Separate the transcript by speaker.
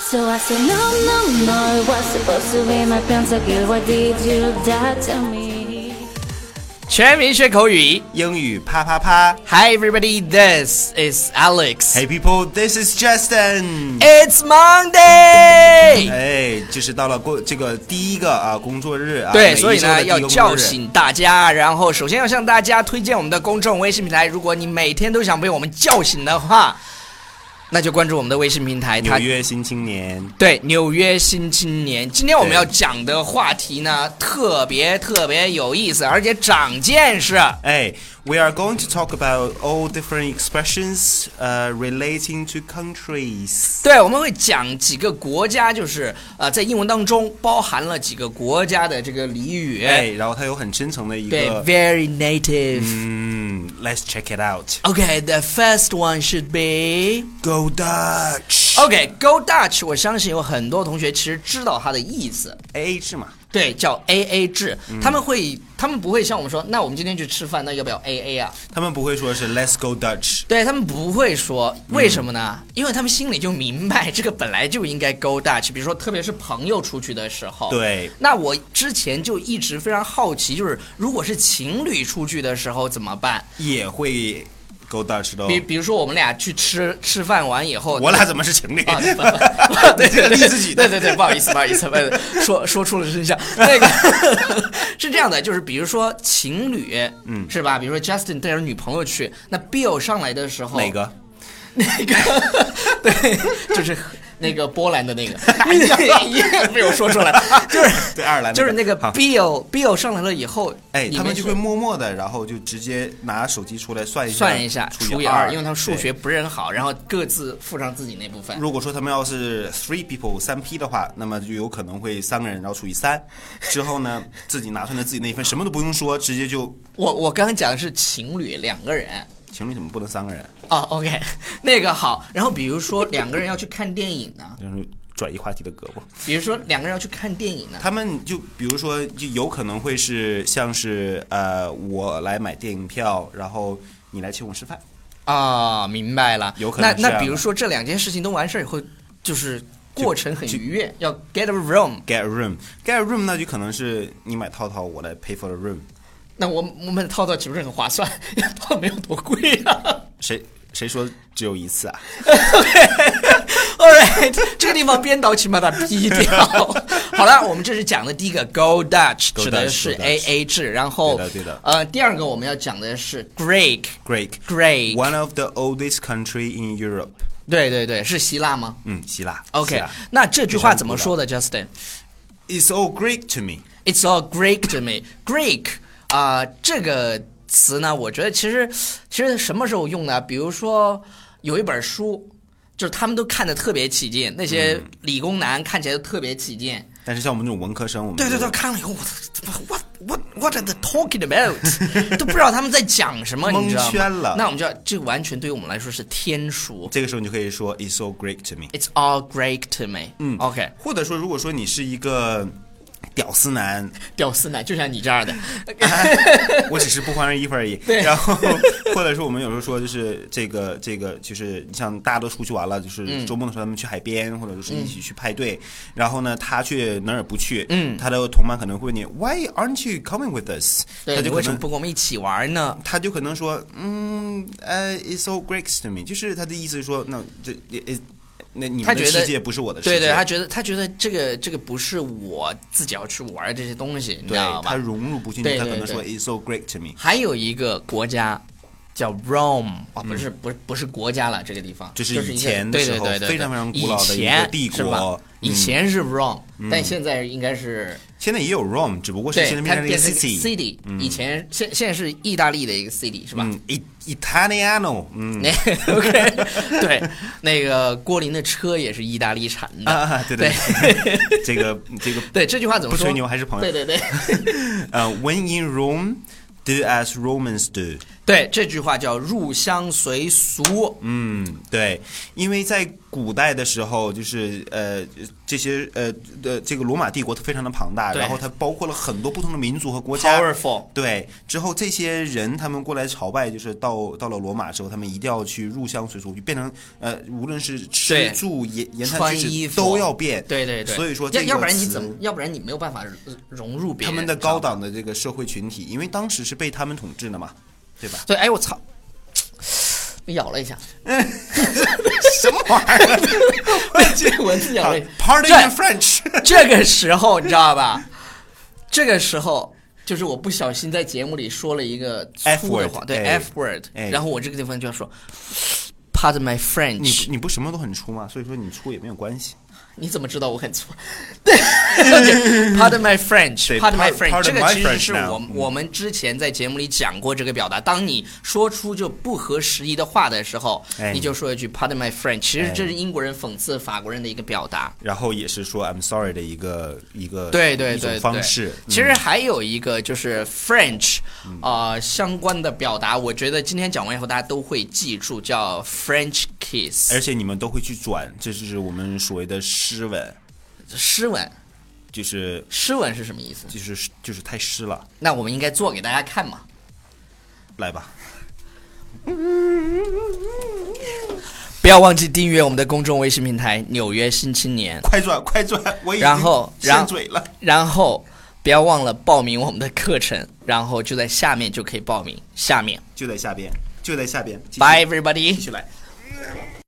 Speaker 1: So I said, no, no, no, it was supposed to be my pants again. Why did you do that to me?
Speaker 2: 全民学口语
Speaker 3: 英语啪啪啪
Speaker 2: ，Hi everybody, this is Alex.
Speaker 3: ！Hey people, this is Justin。
Speaker 2: It's Monday.
Speaker 3: 哎，就是到了过这个第一个啊工作日啊，
Speaker 2: 对，
Speaker 3: 每一
Speaker 2: 所以
Speaker 3: 周的
Speaker 2: 呢
Speaker 3: 第一
Speaker 2: 要
Speaker 3: 个工作
Speaker 2: 叫
Speaker 3: 日
Speaker 2: 醒大家，然后首先要向大家推荐我们的公众微信平台。如果你每天都想被我们叫醒的话，那就关注我们的微信平台。
Speaker 3: 纽
Speaker 2: 它
Speaker 3: 约新青年。
Speaker 2: 对纽约新青年。今天我们
Speaker 3: 对
Speaker 2: 要讲的话题呢，特别特别有意思，而且长见识。
Speaker 3: 哎，We are going to talk about all different expressions, uh, relating to countries。
Speaker 2: 对，我们会讲几个国家，就是呃，在英文当中包含了几个国家的这个俚语。
Speaker 3: 哎，然后它有很真诚的一
Speaker 2: 对
Speaker 3: 个，
Speaker 2: ，very native、
Speaker 3: 嗯，Let's check it out.
Speaker 2: Okay, the first one should be
Speaker 3: Go Dutch.
Speaker 2: OK. Go Dutch，我相信有很多同学其实知道它的意思，
Speaker 3: A A 制嘛，
Speaker 2: 对，叫 AA 制。
Speaker 3: 嗯
Speaker 2: 他们会，他们不会像我们说，那我们今天去吃饭，那要不要 AA 啊？
Speaker 3: 他们不会说是 Let's go Dutch。
Speaker 2: 对他们不会说，为什么呢？
Speaker 3: 嗯
Speaker 2: 因为他们心里就明白，这个本来就应该 Go Dutch。比如说，特别是朋友出去的时候，
Speaker 3: 对
Speaker 2: 那我之前就一直非常好奇，就是如果是情侣出去的时候怎么办？
Speaker 3: 也会 Go Dutch 的哦。
Speaker 2: 比比如说我们俩去吃吃饭完以后，
Speaker 3: 我俩怎么是情侣？
Speaker 2: 啊，不不不对对
Speaker 3: 你
Speaker 2: 对，
Speaker 3: 自己的
Speaker 2: 对对对，不好意思，不好意思，不好意思说说出了真 相。那个 是这样的，就是比如说情侣，嗯，是吧？比如说 Justin 带着女朋友去，那 Bill 上来的时候，
Speaker 3: 哪？个？
Speaker 2: 那个， 对，就是那个波兰的 那个，一样没有说出来，就是
Speaker 3: 对爱尔兰那个
Speaker 2: 就是那个
Speaker 3: 好
Speaker 2: Bill Bill 上来了以后，
Speaker 3: 哎，
Speaker 2: 你
Speaker 3: 他们就会默默的，然后就直接拿手机出来算一下，
Speaker 2: 算一下
Speaker 3: 除
Speaker 2: 除以
Speaker 3: 二，
Speaker 2: 二，因为他们数
Speaker 3: 对
Speaker 2: 学。不是很好，然后各自附上自己那部分。
Speaker 3: 如果说他们要是 three people 三 P 的话，那么就有可能会三个人，然后除以三，之后呢，自己拿出来自己那一份，什么都不用说，直接就
Speaker 2: 我我刚刚讲的是情侣两个人。
Speaker 3: 情侣怎么不能三个人？
Speaker 2: 哦、o k 那个好。然后比如说两个人要去看电影呢，
Speaker 3: 就是转移话题的胳膊。
Speaker 2: 比如说两个人要去看电影呢，
Speaker 3: 他们就比如说，就有可能会是像是呃，我来买电影票，然后你来请我吃饭。
Speaker 2: 啊、明白了。
Speaker 3: 有可能
Speaker 2: 那
Speaker 3: 是这
Speaker 2: 那
Speaker 3: 样
Speaker 2: 比如说这两件事情都完事儿以后，就是过程很愉悦，要 get a room。
Speaker 3: Get a room, get a room，那就可能是你买套套，我来 pay for the room。
Speaker 2: 那我我们套套岂不是很划算？ 套没有多贵啊。
Speaker 3: 谁谁说只有一次啊？
Speaker 2: All right，这个地方编导请把它逼掉。 好了，我们这是讲的第一个 Go Dutch，
Speaker 3: Go
Speaker 2: 指的
Speaker 3: Dutch，
Speaker 2: 是
Speaker 3: Go
Speaker 2: A
Speaker 3: Dutch
Speaker 2: A 制。然后
Speaker 3: 对的对的
Speaker 2: 呃，第二个我们要讲的是 Greek。
Speaker 3: Greek,
Speaker 2: Greek
Speaker 3: one of the oldest country in Europe。
Speaker 2: 对对对，是希腊吗
Speaker 3: 嗯，希腊。希
Speaker 2: ？OK，
Speaker 3: 腊
Speaker 2: 那这句话怎么说的，Justin？
Speaker 3: It's all Greek to me。
Speaker 2: It's all Greek to me. Greek 啊、这个词呢，我觉得其实其实什么时候用呢？比如说有一本书，就是他们都看得特别起劲，那些理工男看起来都特别起劲。
Speaker 3: 但是像我们这种文科生，我们
Speaker 2: 对对
Speaker 3: 就
Speaker 2: 对，看了以后，我操，what what what are they talking about？都不知 道他们在讲什么，
Speaker 3: 蒙
Speaker 2: 你知道吗
Speaker 3: 圈了
Speaker 2: 那我们就要这个完全对于我们来说是天书。
Speaker 3: 这个时候你就可以说 It's all Greek to me。
Speaker 2: It's all Greek to me. 嗯，OK，
Speaker 3: 或者说，如果说你是一个屌 丝男，
Speaker 2: 屌丝男就像你这 样的，
Speaker 3: 我只是不换衣服而已。
Speaker 2: 对
Speaker 3: 然后或者说我们有时候说就是这个这个就是你像大家都出去玩了，
Speaker 2: 嗯
Speaker 3: 就是周末的时候他们去海边，或者就是一起去派对，然后呢他却哪儿也不去，嗯，他的同伴可能会问你 Why aren't you coming with us？
Speaker 2: 对，
Speaker 3: 他
Speaker 2: 你
Speaker 3: 就
Speaker 2: 为
Speaker 3: 可
Speaker 2: 什么
Speaker 3: 能
Speaker 2: 不跟我们一起玩呢？
Speaker 3: 他就可能说，嗯，呃，it's all Greeks to me，就是他的意思是说，那这也那你
Speaker 2: 他
Speaker 3: 们
Speaker 2: 觉
Speaker 3: 的
Speaker 2: 得
Speaker 3: 世界不是我的世界，
Speaker 2: 对对，他觉得他觉得这个这个不是我自己要去玩的这些东西，你知
Speaker 3: 对
Speaker 2: 道
Speaker 3: 他
Speaker 2: 吧？
Speaker 3: 融入不进
Speaker 2: 对
Speaker 3: 去，他
Speaker 2: 对
Speaker 3: 可能说
Speaker 2: 对
Speaker 3: it's so great to me，
Speaker 2: 还有一个国家叫 Rome 啊，不是不是不是国家了，这个地方
Speaker 3: 嗯就是是
Speaker 2: 一
Speaker 3: 以
Speaker 2: 个
Speaker 3: 前的
Speaker 2: 对
Speaker 3: 时
Speaker 2: 对
Speaker 3: 候
Speaker 2: 对对，
Speaker 3: 非常非常古老的一个
Speaker 2: 以前
Speaker 3: 帝国
Speaker 2: 是吧
Speaker 3: 嗯
Speaker 2: 以前是 Rome，但现在应该是
Speaker 3: 现在也有 Rome，只不过是
Speaker 2: 对
Speaker 3: 现在
Speaker 2: 它
Speaker 3: 变成了
Speaker 2: 变
Speaker 3: 一个
Speaker 2: 成一个
Speaker 3: city，
Speaker 2: city，以前现现在是意大利的一个 city 是吧？
Speaker 3: 嗯，it Italiano，嗯
Speaker 2: 那 OK，对，那个郭林的车也是意大利产的
Speaker 3: 啊，对
Speaker 2: 对。
Speaker 3: 对，这个这个
Speaker 2: 对这句话怎么
Speaker 3: 不
Speaker 2: 说？
Speaker 3: 吹牛还是朋友
Speaker 2: 对对对，
Speaker 3: 呃，When in Rome，do as Romans do，
Speaker 2: 对，这句话叫入乡随俗。
Speaker 3: 嗯，对，因为在古代的时候，就是呃这些呃呃这个罗马帝国它非常的庞大，
Speaker 2: 对
Speaker 3: 然后它包括了很多不同的民族和国家。
Speaker 2: Powerful，
Speaker 3: 对，之后这些人他们过来朝拜，就是到到了罗马之后，他们一定要去入乡随俗，就变成呃，无论是吃
Speaker 2: 对
Speaker 3: 住言言谈
Speaker 2: 穿
Speaker 3: 举
Speaker 2: 衣
Speaker 3: 止
Speaker 2: 服
Speaker 3: 都要变。
Speaker 2: 对对对。
Speaker 3: 所以说
Speaker 2: 要
Speaker 3: 这个
Speaker 2: 要不然你
Speaker 3: 词
Speaker 2: 怎么，要不然你没有办法呃融入别
Speaker 3: 他
Speaker 2: 人
Speaker 3: 们的高。档的这个社会群体，因为当时是被他们统治的嘛，对吧？
Speaker 2: 对，哎我操， 咬了一下，
Speaker 3: 什么玩意 儿？
Speaker 2: 这个蚊子咬了一下。
Speaker 3: Party in French，
Speaker 2: 这个时候你知道吧？这个时候就是我不小心在节目里说了一个粗的
Speaker 3: F
Speaker 2: 话
Speaker 3: word，
Speaker 2: 对
Speaker 3: 哎
Speaker 2: F word，
Speaker 3: 哎
Speaker 2: 然后我这个地方就要说，Pardon my
Speaker 3: 你
Speaker 2: French，
Speaker 3: 你不什么都很粗吗？所以说你粗也没有关系。
Speaker 2: 你怎么知道我很 粗对？Pardon my
Speaker 3: 对
Speaker 2: French，Pardon my
Speaker 3: par-
Speaker 2: French，
Speaker 3: pardon
Speaker 2: 这个
Speaker 3: my
Speaker 2: 其实是
Speaker 3: French
Speaker 2: 我
Speaker 3: now
Speaker 2: 我们之前在节目里讲过这个表达。当你说出就不合时宜的话的时候
Speaker 3: 哎，
Speaker 2: 你就说一句 Pardon my French，其实
Speaker 3: 哎
Speaker 2: 这是英国人讽刺法国人的一个表达。
Speaker 3: 然后也是说 I'm sorry 的一个一个
Speaker 2: 对对
Speaker 3: 一种
Speaker 2: 对，
Speaker 3: 方
Speaker 2: 对
Speaker 3: 式。嗯
Speaker 2: 其实还有一个就是 French 啊、呃相关的表达，我觉得今天讲完以后大家都会记住，叫 French
Speaker 3: 而
Speaker 2: kiss，
Speaker 3: 且你们都会去转，这就是我们所谓的诗文，
Speaker 2: 诗文。
Speaker 3: 就是
Speaker 2: 诗文是什么意思？
Speaker 3: 就是就是太湿了。
Speaker 2: 那我们应该做给大家看嘛。
Speaker 3: 来吧，
Speaker 2: 不要忘记订阅我们的公众微信平台《纽约新青年》，
Speaker 3: 快转快转，我已经
Speaker 2: 然后然
Speaker 3: 陷嘴了。
Speaker 2: 然后不要忘了报名我们的课程，然后就在下面就可以报名。下面
Speaker 3: 就在下边，就在下边。继续
Speaker 2: ，Bye
Speaker 3: 继
Speaker 2: everybody。
Speaker 3: 续来。